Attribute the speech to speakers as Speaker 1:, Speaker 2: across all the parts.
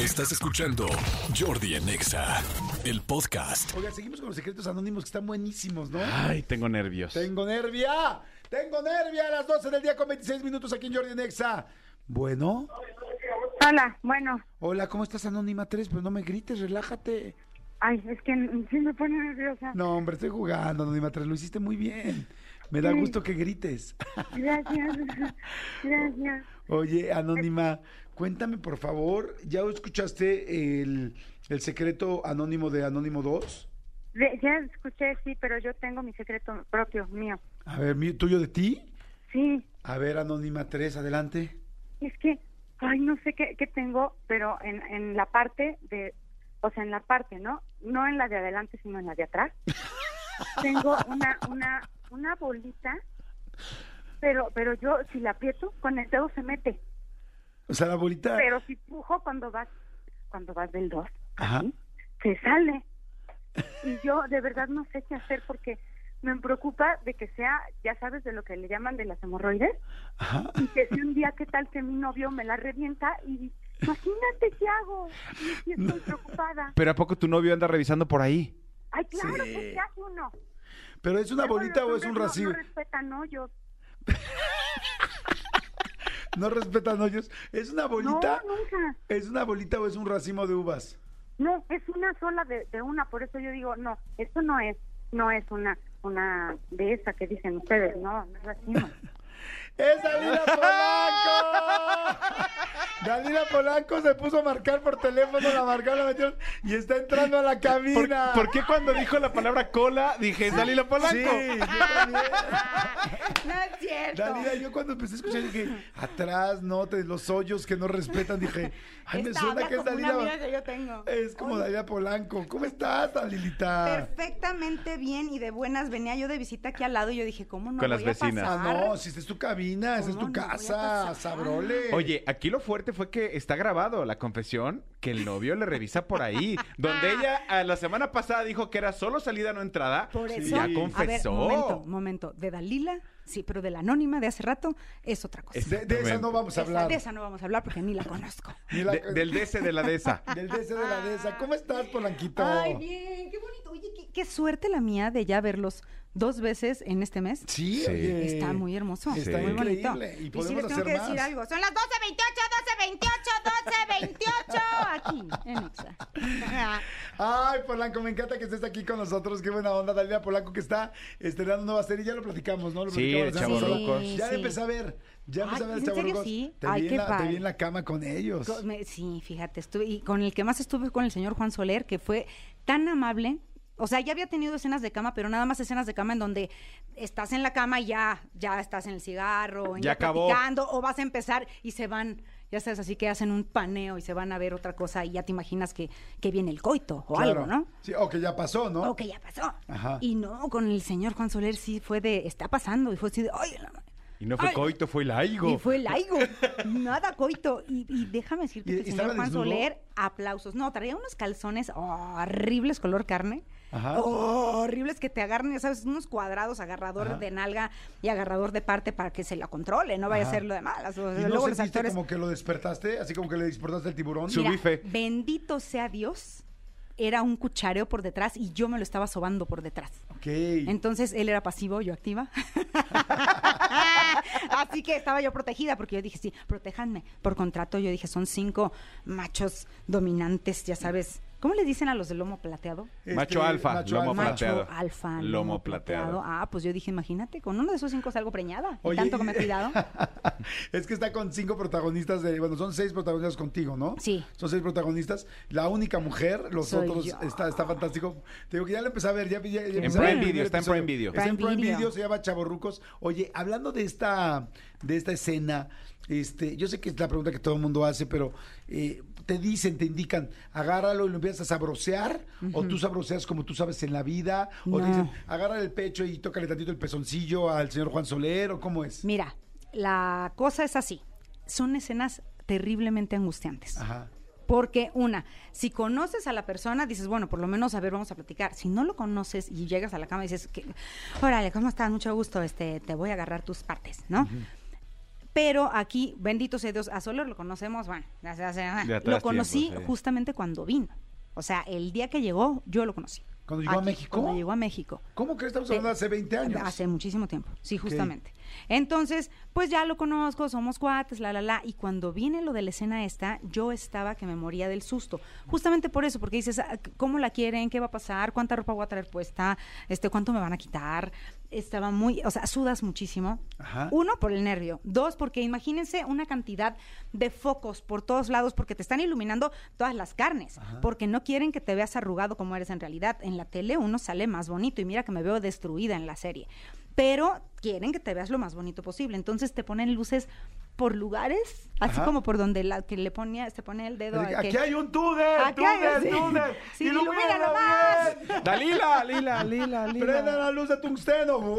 Speaker 1: Estás escuchando Jordi en Exa, el podcast.
Speaker 2: Oiga, seguimos con los secretos anónimos que están buenísimos, ¿no?
Speaker 3: Ay, tengo nervios.
Speaker 2: Tengo nervia. Tengo nervia a las 12 del día con 26 minutos aquí en Jordi en Exa. Bueno,
Speaker 4: Hola, bueno.
Speaker 2: hola, ¿cómo estás, Anónima 3? Pero no me grites, relájate.
Speaker 4: Ay, es que n- sí me pone nerviosa.
Speaker 2: No, hombre, estoy jugando, Anónima 3. Lo hiciste muy bien. Me da
Speaker 4: Sí.
Speaker 2: gusto que grites.
Speaker 4: Gracias. Gracias.
Speaker 2: Oye, Anónima, cuéntame, por favor, ¿ya escuchaste el, el secreto anónimo de Anónimo 2?
Speaker 4: De- ya escuché, sí, pero yo tengo mi secreto propio, mío.
Speaker 2: A ver, mi- ¿tuyo de ti?
Speaker 4: Sí,
Speaker 2: A ver, Anónima 3, adelante.
Speaker 4: es que, ay, no sé qué, qué tengo, pero en, en la parte de, o sea, en la parte, ¿no? No en la de adelante, sino en la de atrás. tengo una, una, una bolita, pero, pero yo si la aprieto, con el dedo se mete.
Speaker 2: O sea, la bolita...
Speaker 4: Pero si pujo cuando vas, cuando vas del 2,
Speaker 2: Ajá.
Speaker 4: se sale. Y yo de verdad no sé qué hacer porque me preocupa de que sea, ya sabes, de lo que le llaman de las hemorroides,
Speaker 2: Ajá.
Speaker 4: y que si un día qué tal que mi novio me la revienta y imagínate qué hago. Y sí estoy preocupada.
Speaker 3: Pero ¿a poco tu novio anda revisando por ahí?
Speaker 4: Ay, claro
Speaker 2: Sí.
Speaker 4: que se hace uno.
Speaker 2: ¿Pero es una
Speaker 4: Luego
Speaker 2: bolita
Speaker 4: los
Speaker 2: o es un
Speaker 4: hombres no-
Speaker 2: racimo?
Speaker 4: No, respetan hoyos.
Speaker 2: No respetan hoyos. ¿Es una bolita?
Speaker 4: No, nunca.
Speaker 2: ¿Es una bolita o es un racimo de uvas?
Speaker 4: No, es una sola de, de una, por eso yo digo, no, esto no es, no es una, una de esa que dicen ustedes, no, no es racimo.
Speaker 2: ¡Es Dalila Polanco! Dalila Polanco se puso a marcar por teléfono, la marcó, la metieron y está entrando a la
Speaker 3: ¿Por,
Speaker 2: cabina.
Speaker 3: por qué cuando dijo la palabra cola dije es Dalila Polanco?
Speaker 2: Sí, yo también.
Speaker 5: No es cierto.
Speaker 2: Dalila, yo cuando empecé a escuchar dije, atrás, no, te- los hoyos que no respetan, dije, ay, me
Speaker 5: Esta
Speaker 2: suena
Speaker 5: habla
Speaker 2: que es
Speaker 5: como una amiga
Speaker 2: Dalila. Eh,
Speaker 5: que yo tengo.
Speaker 2: Es como
Speaker 5: Ay,
Speaker 2: Dalila Polanco. ¿Cómo estás, Dalilita?
Speaker 5: Perfectamente bien y de buenas. Venía yo de visita aquí al lado y yo dije, ¿cómo no
Speaker 3: Con las
Speaker 5: voy a
Speaker 3: vecinas.
Speaker 2: Ah,
Speaker 5: pasar?
Speaker 2: no, si esta es tu cabina, esa es
Speaker 5: ¿Cómo
Speaker 2: tu
Speaker 5: no voy a Ah.
Speaker 2: casa,
Speaker 5: pasar?
Speaker 2: sabrole.
Speaker 3: Oye, aquí lo fuerte fue que está grabado la confesión que el novio le revisa por ahí. Donde ella a la semana pasada dijo que era solo salida, no entrada.
Speaker 5: Por
Speaker 3: Sí.
Speaker 5: eso,
Speaker 3: Ya
Speaker 5: a ver,
Speaker 3: confesó.
Speaker 5: momento, momento. De Dalila, sí, pero de la anónima de hace rato es otra cosa.
Speaker 3: Es-
Speaker 2: de, de esa no vamos a
Speaker 5: Esa-
Speaker 2: hablar.
Speaker 5: de esa no vamos a hablar porque ni la conozco.
Speaker 2: Ni la-
Speaker 3: De- del DC de la DESA.
Speaker 2: Del DC de la DESA. ¿Cómo estás, Polanquito?
Speaker 5: Ah. Ay, bien, qué bonito. Oye, qué, qué suerte la mía de ya verlos dos veces en este mes.
Speaker 2: Sí,
Speaker 3: Sí.
Speaker 2: oye.
Speaker 5: Eh, Está muy hermoso.
Speaker 2: Está
Speaker 5: muy bonito.
Speaker 2: increíble. Y
Speaker 5: sí
Speaker 2: podemos
Speaker 5: les tengo
Speaker 2: hacer
Speaker 5: que decir
Speaker 2: más.
Speaker 5: algo. Son las 12.28, 12.28, 12.28. Aquí, en Exa.
Speaker 2: Ay, Polanco, me encanta que estés aquí con nosotros. Qué buena onda, Dalila Polanco, que está estrenando nueva serie. Ya lo platicamos, ¿no? Lo
Speaker 3: Sí,
Speaker 2: platicamos
Speaker 3: el
Speaker 2: la semana
Speaker 3: Chavorrucos.
Speaker 2: pasada.
Speaker 5: Sí,
Speaker 2: Ya la
Speaker 5: sí.
Speaker 2: empecé a ver. Ya empecé a ver
Speaker 5: Ay,
Speaker 2: el
Speaker 5: ¿en serio
Speaker 2: Chavorrucos.
Speaker 5: sí?
Speaker 2: Te,
Speaker 5: Ay,
Speaker 2: vi en
Speaker 5: qué
Speaker 2: la, te vi
Speaker 5: padre.
Speaker 2: en la cama con ellos.
Speaker 5: Co- me- sí, fíjate, estuve y con el que más estuve con el señor Juan Soler, que fue tan amable. O sea, ya había tenido escenas de cama, pero nada más escenas de cama en donde estás en la cama y ya, ya estás en el cigarro, en
Speaker 3: Ya
Speaker 5: ya,
Speaker 3: acabó.
Speaker 5: platicando, o vas a empezar y se van, ya sabes, así que hacen un paneo y se van a ver otra cosa y ya te imaginas que, que viene el coito o
Speaker 2: Claro.
Speaker 5: algo, ¿no?
Speaker 2: Sí, o que ya pasó, ¿no?
Speaker 5: O que ya pasó.
Speaker 2: Ajá.
Speaker 5: Y no, con el señor Juan Soler sí fue de, está pasando, y fue así de, ay, la madre".
Speaker 3: Y no fue
Speaker 5: Ay.
Speaker 3: coito, fue laigo.
Speaker 5: Y fue laigo, nada coito. Y, y déjame decirte
Speaker 2: ¿Y-
Speaker 5: que el
Speaker 2: estaba
Speaker 5: señor Juan
Speaker 2: desnudo?
Speaker 5: Soler, aplausos. No, traía unos calzones horribles color carne.
Speaker 2: Ajá.
Speaker 5: horribles que te agarran, ya sabes, unos cuadrados, agarrador
Speaker 2: Ajá.
Speaker 5: de nalga y agarrador de parte para que se la controle, no vaya
Speaker 2: Ajá.
Speaker 5: a ser lo de malas. O
Speaker 2: ¿Y no
Speaker 5: sea, Pues, luego los
Speaker 2: sentiste
Speaker 5: actores.
Speaker 2: como que lo despertaste? Así como que le despertaste el tiburón.
Speaker 3: Su
Speaker 5: Mira,
Speaker 3: bife.
Speaker 5: Bendito sea Dios. Era un cuchareo por detrás y yo me lo estaba sobando por detrás.
Speaker 2: Ok.
Speaker 5: Entonces él era pasivo, yo activa. Así que estaba yo protegida porque yo dije, sí, protéjanme. Por contrato yo dije, son cinco machos dominantes, ya sabes. ¿Cómo le dicen a los de lomo plateado?
Speaker 2: Este,
Speaker 3: Macho alfa, lomo
Speaker 5: Macho
Speaker 3: plateado.
Speaker 5: alfa, lomo,
Speaker 3: Lomo plateado.
Speaker 5: plateado. Ah, pues yo dije, imagínate, con uno de esos cinco salgo preñada. Y
Speaker 2: Oye,
Speaker 5: tanto que
Speaker 2: y-
Speaker 5: me he cuidado.
Speaker 2: es que está con cinco protagonistas de, bueno, son seis protagonistas contigo, ¿no?
Speaker 5: Sí.
Speaker 2: Son seis protagonistas. La única mujer, los
Speaker 5: Soy
Speaker 2: otros,
Speaker 5: yo.
Speaker 2: está, está fantástico. Te digo que ya lo empecé a ver, ya, ya- ya empecé a
Speaker 3: Prime
Speaker 2: ver el
Speaker 3: Video,
Speaker 2: primer
Speaker 3: está en
Speaker 2: episodio.
Speaker 3: Prime Video.
Speaker 2: Está en
Speaker 5: Prime
Speaker 2: Prime Video.
Speaker 5: Video,
Speaker 2: se llama Chaborrucos. Oye, hablando de esta, de esta escena, este, yo sé que es la pregunta que todo el mundo hace, pero eh, te dicen, te indican, agárralo y lo empiezas a sabrosear, o tú sabroseas como tú sabes en la vida, o te
Speaker 5: No.
Speaker 2: dicen, agarra el pecho y tócale tantito el pezoncillo al señor Juan Soler, o cómo es.
Speaker 5: Mira, la cosa es así. Son escenas terriblemente angustiantes.
Speaker 2: Ajá.
Speaker 5: Porque una, si conoces a la persona, dices, bueno, por lo menos, a ver, vamos a platicar. Si no lo conoces y llegas a la cama y dices, que, órale, ¿cómo estás? Mucho gusto, este, te voy a agarrar tus partes, ¿no? Pero aquí, bendito sea Dios, a Soler lo conocemos, bueno, desde hace-
Speaker 3: atrás
Speaker 5: lo conocí
Speaker 3: tiempo, sí.
Speaker 5: justamente cuando vino. O sea, el día que llegó, yo lo conocí.
Speaker 2: ¿Cuando llegó a México?
Speaker 5: Cuando llegó a México.
Speaker 2: ¿Cómo que estamos hablando de hace 20 años?
Speaker 5: Hace muchísimo tiempo, sí, justamente. Entonces, pues ya lo conozco, somos cuates, la, la, la. Y cuando viene lo de la escena esta, yo estaba que me moría del susto. Justamente por eso, porque dices, ah, ¿cómo la quieren? ¿Qué va a pasar? ¿Cuánta ropa voy a traer puesta? Este, ¿Cuánto me van a quitar? Estaba muy, o sea, sudas muchísimo.
Speaker 2: Ajá.
Speaker 5: Uno, por el nervio. Dos, porque imagínense una cantidad de focos por todos lados, porque te están iluminando todas las carnes, porque no quieren que te veas arrugado como eres en realidad. En la tele uno sale más bonito y mira que me veo destruida en la serie, pero quieren que te veas lo más bonito posible. Entonces te ponen luces por lugares, así
Speaker 2: Ajá.
Speaker 5: como por donde la que le ponía, se pone el dedo. al que-
Speaker 2: Aquí hay un túnel,
Speaker 5: Aquí hay
Speaker 2: túnel,
Speaker 5: un- sí.
Speaker 2: túnel.
Speaker 5: Sí,
Speaker 2: Ilumínalo
Speaker 5: ilumínalo más.
Speaker 2: bien.
Speaker 3: Dalila, Lila, Lila,
Speaker 2: Prenda
Speaker 3: Lila.
Speaker 2: la luz de tungsteno. ¡Wow!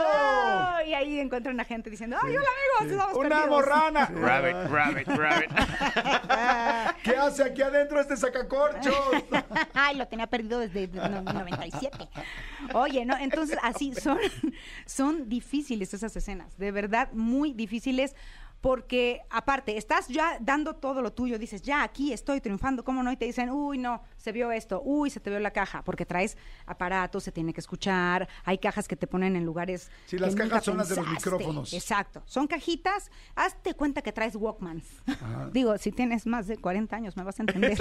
Speaker 5: ¡Oh! Y ahí encuentran a gente diciendo, ¡ay, hola amigos! estamos
Speaker 2: Una
Speaker 5: perdidos".
Speaker 2: morrana.
Speaker 3: Rabbit, rabbit, rabbit.
Speaker 2: ¿Qué hace aquí adentro este sacacorchos?
Speaker 5: Ay, lo tenía perdido desde no- 97. Oye, no, entonces así son, son difíciles esas escenas, de verdad muy difíciles. Porque aparte, estás ya dando todo lo tuyo, dices, ya aquí estoy triunfando, ¿cómo no? Y te dicen, uy, no, se vio esto, uy, se te vio la caja, porque traes aparatos, se tiene que escuchar, hay cajas que te ponen en lugares.
Speaker 2: Sí,
Speaker 5: que
Speaker 2: las
Speaker 5: nunca
Speaker 2: cajas son las de los
Speaker 5: pensaste.
Speaker 2: micrófonos.
Speaker 5: Exacto, son cajitas, hazte cuenta que traes Walkmans. Digo, si tienes más de 40 años, me vas a entender.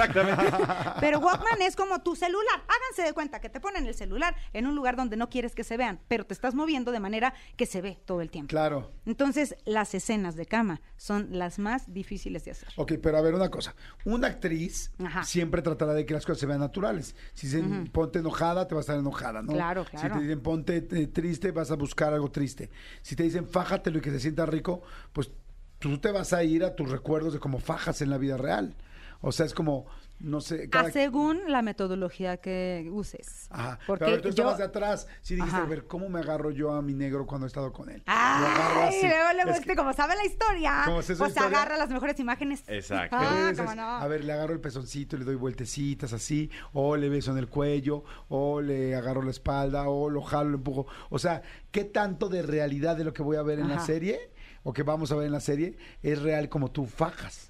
Speaker 5: Pero Walkman es como tu celular. Háganse de cuenta que te ponen el celular en un lugar donde no quieres que se vean, pero te estás moviendo de manera que se ve todo el tiempo.
Speaker 2: Claro.
Speaker 5: Entonces, las escenas de cama son las más difíciles de hacer.
Speaker 2: Ok, pero a ver una cosa. Una actriz
Speaker 5: Ajá.
Speaker 2: siempre tratará de que las cosas se vean naturales. Si dicen ponte enojada, te vas a estar enojada, ¿no?
Speaker 5: Claro,
Speaker 2: Si
Speaker 5: claro.
Speaker 2: te dicen ponte eh, triste, vas a buscar algo triste. Si te dicen fájatelo y que se sienta rico, pues tú te vas a ir a tus recuerdos de cómo fajas en la vida real. O sea, es como, no sé. cada-
Speaker 5: A según la metodología que uses.
Speaker 2: Ajá.
Speaker 5: Porque
Speaker 2: pero a ver, tú
Speaker 5: yo-
Speaker 2: estabas de atrás. Si dijiste,
Speaker 5: Ajá.
Speaker 2: a ver, ¿cómo me agarro yo a mi negro cuando he estado con él? Lo agarro
Speaker 5: ¡Ay!
Speaker 2: así.
Speaker 5: Luego, luego,
Speaker 2: Es
Speaker 5: este,
Speaker 2: que-
Speaker 5: como sabe la historia,
Speaker 2: Como sé su
Speaker 5: pues
Speaker 2: historia.
Speaker 5: agarra las mejores imágenes.
Speaker 3: Exacto.
Speaker 5: Ah,
Speaker 2: Entonces,
Speaker 5: cómo no.
Speaker 2: A ver, le agarro el pezoncito, le doy vueltecitas así, o le beso en el cuello, o le agarro la espalda, o lo jalo, lo empujo. O sea, ¿qué tanto de realidad de lo que voy a ver en la
Speaker 5: Ajá.
Speaker 2: serie o que vamos a ver en la serie es real como tú fajas?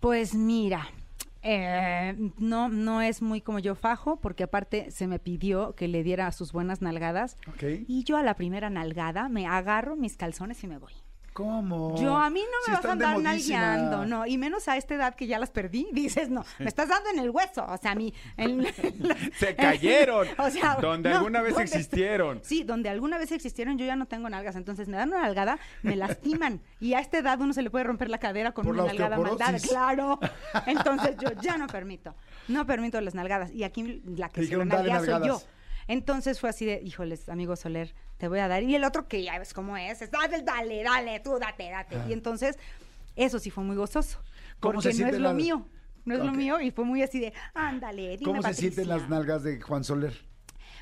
Speaker 5: Pues mira, eh, no, no es muy como yo fajo, porque aparte se me pidió que le diera sus buenas nalgadas.
Speaker 2: ¿Ok?
Speaker 5: Y yo a la primera nalgada me agarro mis calzones y me voy.
Speaker 2: ¿Cómo?
Speaker 5: Yo a mí no me
Speaker 2: Sí
Speaker 5: vas a
Speaker 2: están de
Speaker 5: andar
Speaker 2: modísima.
Speaker 5: nalgueando, no, y menos a esta edad que ya las perdí, dices, no, me estás dando en el hueso, o sea, a mí en-
Speaker 3: Se cayeron, donde
Speaker 5: no,
Speaker 3: alguna vez
Speaker 5: ¿dónde está?
Speaker 3: existieron.
Speaker 5: Sí, donde alguna vez existieron, yo ya no tengo nalgas, entonces me dan una nalgada, me lastiman, y a esta edad uno se le puede romper la cadera con
Speaker 2: Por
Speaker 5: una
Speaker 2: la
Speaker 5: nalgada mal dada,
Speaker 2: osteoporosis.
Speaker 5: claro. Entonces yo ya no permito, no permito las nalgadas, y aquí la que
Speaker 2: Te
Speaker 5: se lo
Speaker 2: dijeron, "Dale
Speaker 5: nalguea soy yo.
Speaker 2: nalgadas".
Speaker 5: Entonces fue así de, híjoles, amigo Soler, te voy a dar. Y el otro que ya ves cómo es, es dale, dale, dale, tú date, date. Y entonces, eso sí fue muy gozoso.
Speaker 2: Ah. ¿Cómo se
Speaker 5: Porque no
Speaker 2: sienten
Speaker 5: es lo
Speaker 2: las-
Speaker 5: mío, no es lo
Speaker 2: Ok.
Speaker 5: mío. Y fue muy así de, ándale, dime
Speaker 2: ¿Cómo se sienten
Speaker 5: Patricia".
Speaker 2: las nalgas de Juan Soler?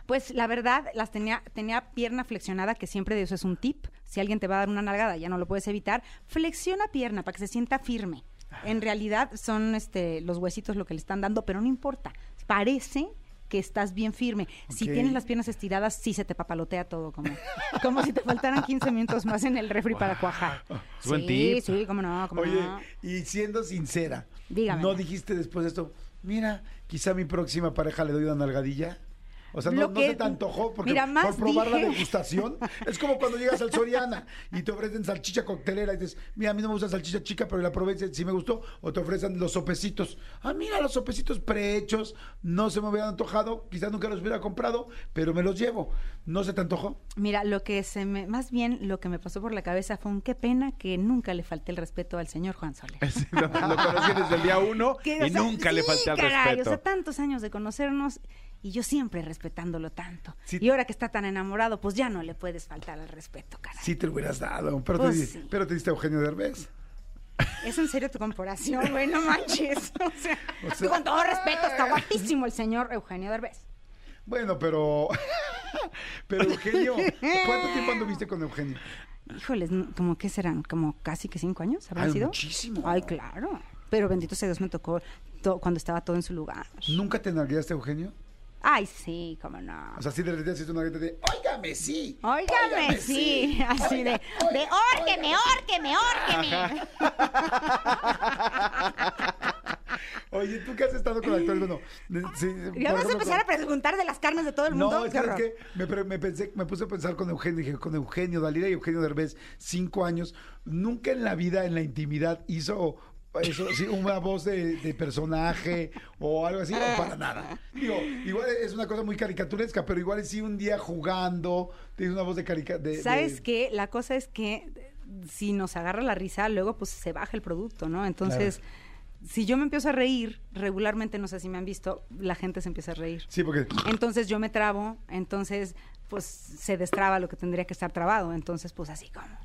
Speaker 5: Pues la verdad, las tenía, tenía pierna flexionada, que siempre de eso es un tip. Si alguien te va a dar una nalgada, ya no lo puedes evitar. Flexiona pierna para que se sienta firme. En realidad son este, los huesitos lo que le están dando, pero no importa. Parece que estás bien firme. Si
Speaker 2: Ok.
Speaker 5: tienes las piernas estiradas, sí se te papalotea todo, como, como si te faltaran 15 minutos más en el refri para cuajar.
Speaker 3: Es buen
Speaker 5: sí,
Speaker 3: tip.
Speaker 5: sí, cómo no, cómo
Speaker 2: Oye,
Speaker 5: no.
Speaker 2: y siendo sincera,
Speaker 5: "Ah". Dígame.
Speaker 2: ¿no dijiste después de esto, mira, quizá a mi próxima pareja le doy una nalgadilla? O sea, no,
Speaker 5: Lo
Speaker 2: no
Speaker 5: que-
Speaker 2: se te antojó porque
Speaker 5: Mira, más
Speaker 2: por probar la
Speaker 5: dije-
Speaker 2: degustación. Es como cuando llegas al Soriana y te ofrecen salchicha coctelera y dices, mira, a mí no me gusta salchicha chica, pero la probé si me gustó. O te ofrecen los sopecitos. Ah, mira, los sopecitos prehechos. No se me hubieran antojado, quizás nunca los hubiera comprado, pero me los llevo. ¿No se te antojó?
Speaker 5: Mira, lo que se me, más bien lo que me pasó por la cabeza fue un qué pena que nunca le falté el respeto al señor Juan Soler.
Speaker 3: Sí, lo, lo conocí desde el día uno
Speaker 5: Que,
Speaker 3: y
Speaker 5: o sea,
Speaker 3: nunca le
Speaker 5: sí,
Speaker 3: falté al
Speaker 5: caray,
Speaker 3: respeto.
Speaker 5: O sea, tantos años de conocernos y yo siempre respetándolo tanto.
Speaker 2: Sí.
Speaker 5: Y ahora que está tan enamorado, pues ya no le puedes faltar al respeto, caray.
Speaker 2: Sí te lo hubieras dado, pero,
Speaker 5: Pues
Speaker 2: te, di-
Speaker 5: sí.
Speaker 2: pero te diste a Eugenio Derbez.
Speaker 5: Es en serio tu comparación, güey, no manches. O sea,
Speaker 2: O sea-
Speaker 5: con todo respeto, está guapísimo el señor Eugenio Derbez.
Speaker 2: Bueno, pero. pero Eugenio, ¿cuánto tiempo anduviste con Eugenio?
Speaker 5: Híjoles, no- como que serán, como casi que cinco años habrán
Speaker 2: Ay,
Speaker 5: sido.
Speaker 2: muchísimo.
Speaker 5: Ay, claro. Pero bendito sea Dios me tocó to- cuando estaba todo en su lugar.
Speaker 2: ¿Nunca te nalgueaste, Eugenio?
Speaker 5: Ay, sí, cómo no.
Speaker 2: O sea, sí de repente haces una grita de, óigame, sí.
Speaker 5: Óigame, sí. Así de, de órqueme, órqueme, órqueme.
Speaker 2: Oye, ¿tú qué has estado con actores? Bueno, de- sí, por
Speaker 5: Ya vas a
Speaker 2: ejemplo,
Speaker 5: empezar a preguntar de las carnes de todo el mundo.
Speaker 2: No, es
Speaker 5: Qué
Speaker 2: que, es
Speaker 5: horror.
Speaker 2: que me, pre- me pensé, me puse a pensar con Eugenio, dije, con Eugenio Dalila y Eugenio Derbez, cinco años, nunca en la vida, en la intimidad, hizo eso, sí, una voz de, de personaje o algo así, o para nada. Digo, igual es una cosa muy caricaturesca, pero igual sí un día jugando, tienes una voz de caricatura.
Speaker 5: ¿Sabes qué? La cosa es que eh, si nos agarra la risa, luego pues se baja el producto, ¿no? Entonces, si yo me empiezo a reír, regularmente, no sé si me han visto, la gente se empieza a reír.
Speaker 2: Sí, porque...
Speaker 5: Entonces yo me trabo, entonces pues se destraba lo que tendría que estar trabado, entonces pues así como.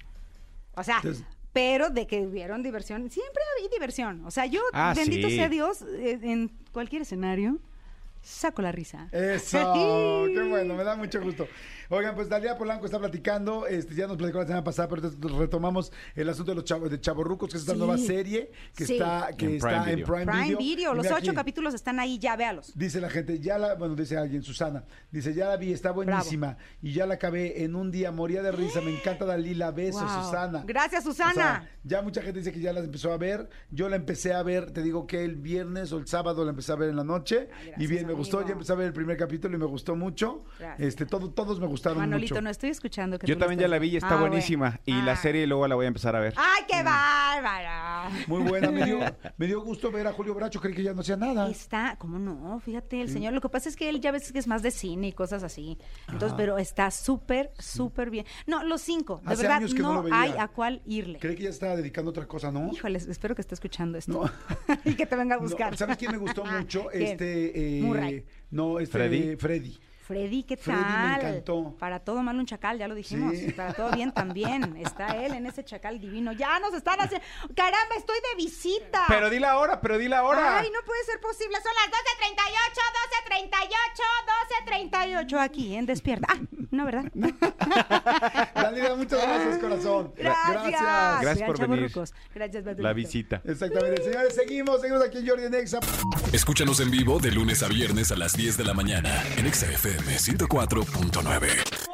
Speaker 5: O sea,
Speaker 2: Entonces-
Speaker 5: pero de que hubieron diversión, siempre había diversión. O sea, yo,
Speaker 3: Ah,
Speaker 5: bendito
Speaker 3: sí.
Speaker 5: sea Dios, eh, en cualquier escenario, saco la risa.
Speaker 2: Eso, qué bueno, me da mucho gusto. Oigan, pues Dalia Polanco está platicando, este, ya nos platicó la semana pasada, pero entonces retomamos el asunto de los chavos, de Chavorrucos, que es esta
Speaker 5: Sí.
Speaker 2: nueva serie que
Speaker 5: Sí.
Speaker 2: está, que
Speaker 3: En Prime
Speaker 2: está en
Speaker 3: Video.
Speaker 2: Prime,
Speaker 5: Prime Video,
Speaker 2: Y
Speaker 5: los
Speaker 2: mira
Speaker 5: ocho
Speaker 2: aquí,
Speaker 5: capítulos están ahí, ya véalos.
Speaker 2: Dice la gente, ya la, bueno, dice alguien, Susana, dice, ya la vi, está buenísima y ya la acabé en un día, moría de risa, me encanta Dalila, besos,
Speaker 5: Wow.
Speaker 2: Susana.
Speaker 5: Gracias,
Speaker 2: O sea,
Speaker 5: Susana.
Speaker 2: ya mucha gente dice que ya las empezó a ver. Yo la empecé a ver, te digo que el viernes o el sábado la empecé a ver en la noche.
Speaker 5: Ay,
Speaker 2: y
Speaker 5: Ah, gracias,
Speaker 2: bien, me gustó.
Speaker 5: amigo.
Speaker 2: Ya empecé a ver el primer capítulo y me gustó mucho.
Speaker 5: Gracias.
Speaker 2: Este, todo, todos me gustaron
Speaker 5: Manolito,
Speaker 2: mucho.
Speaker 5: no estoy escuchando. Que
Speaker 3: Yo
Speaker 5: tú
Speaker 3: también ya
Speaker 5: estás-
Speaker 3: la vi y está
Speaker 5: Ah, bueno.
Speaker 3: buenísima. Y
Speaker 5: Ah.
Speaker 3: la serie Mm. luego la voy a empezar a ver.
Speaker 5: ¡Ay, qué bárbara!
Speaker 2: Muy buena. Me dio, me dio gusto ver a Julio Bracho. Creí que ya no hacía nada.
Speaker 5: Está, ¿cómo no? Fíjate, el señor, lo que pasa es que él ya ves que es más de cine y cosas así. Entonces, pero está súper, súper bien. No, los cinco, de
Speaker 2: Hace
Speaker 5: verdad,
Speaker 2: años que no
Speaker 5: no,
Speaker 2: lo veía.
Speaker 5: hay a cuál irle.
Speaker 2: Creí que ya estaba dedicando a otra cosa, ¿no?
Speaker 5: Híjoles, espero que esté escuchando esto.
Speaker 2: No.
Speaker 5: y que te venga a
Speaker 2: No,
Speaker 5: buscar.
Speaker 2: ¿Sabes quién me gustó mucho?
Speaker 5: ¿Quién?
Speaker 2: Este. eh,
Speaker 5: Murray.
Speaker 2: No, este.
Speaker 3: Freddy.
Speaker 2: Freddy.
Speaker 5: Freddy, ¿qué
Speaker 2: Freddy
Speaker 5: tal?
Speaker 2: me encantó.
Speaker 5: Para todo mal un chacal, ya lo dijimos.
Speaker 2: Sí.
Speaker 5: Para todo bien también. Está él en ese chacal divino. Ya nos están haciendo... ¡Caramba, estoy de visita!
Speaker 3: Pero di la hora, pero di la hora.
Speaker 5: Ay, no puede ser posible. Son las 12.38, 12.38, 12.38 aquí en Despierta. Ah, no, ¿verdad?
Speaker 2: Dalila, muchas gracias, corazón.
Speaker 5: Gracias.
Speaker 2: Gracias.
Speaker 3: Gracias por venir.
Speaker 5: chavorrucos. Gracias,
Speaker 3: La
Speaker 5: Badulito.
Speaker 3: visita.
Speaker 2: Exactamente. Señores, seguimos. Seguimos aquí en Jordi en Exa.
Speaker 1: Escúchanos en vivo de lunes a viernes a las 10 de la mañana en Exa FM 104.9.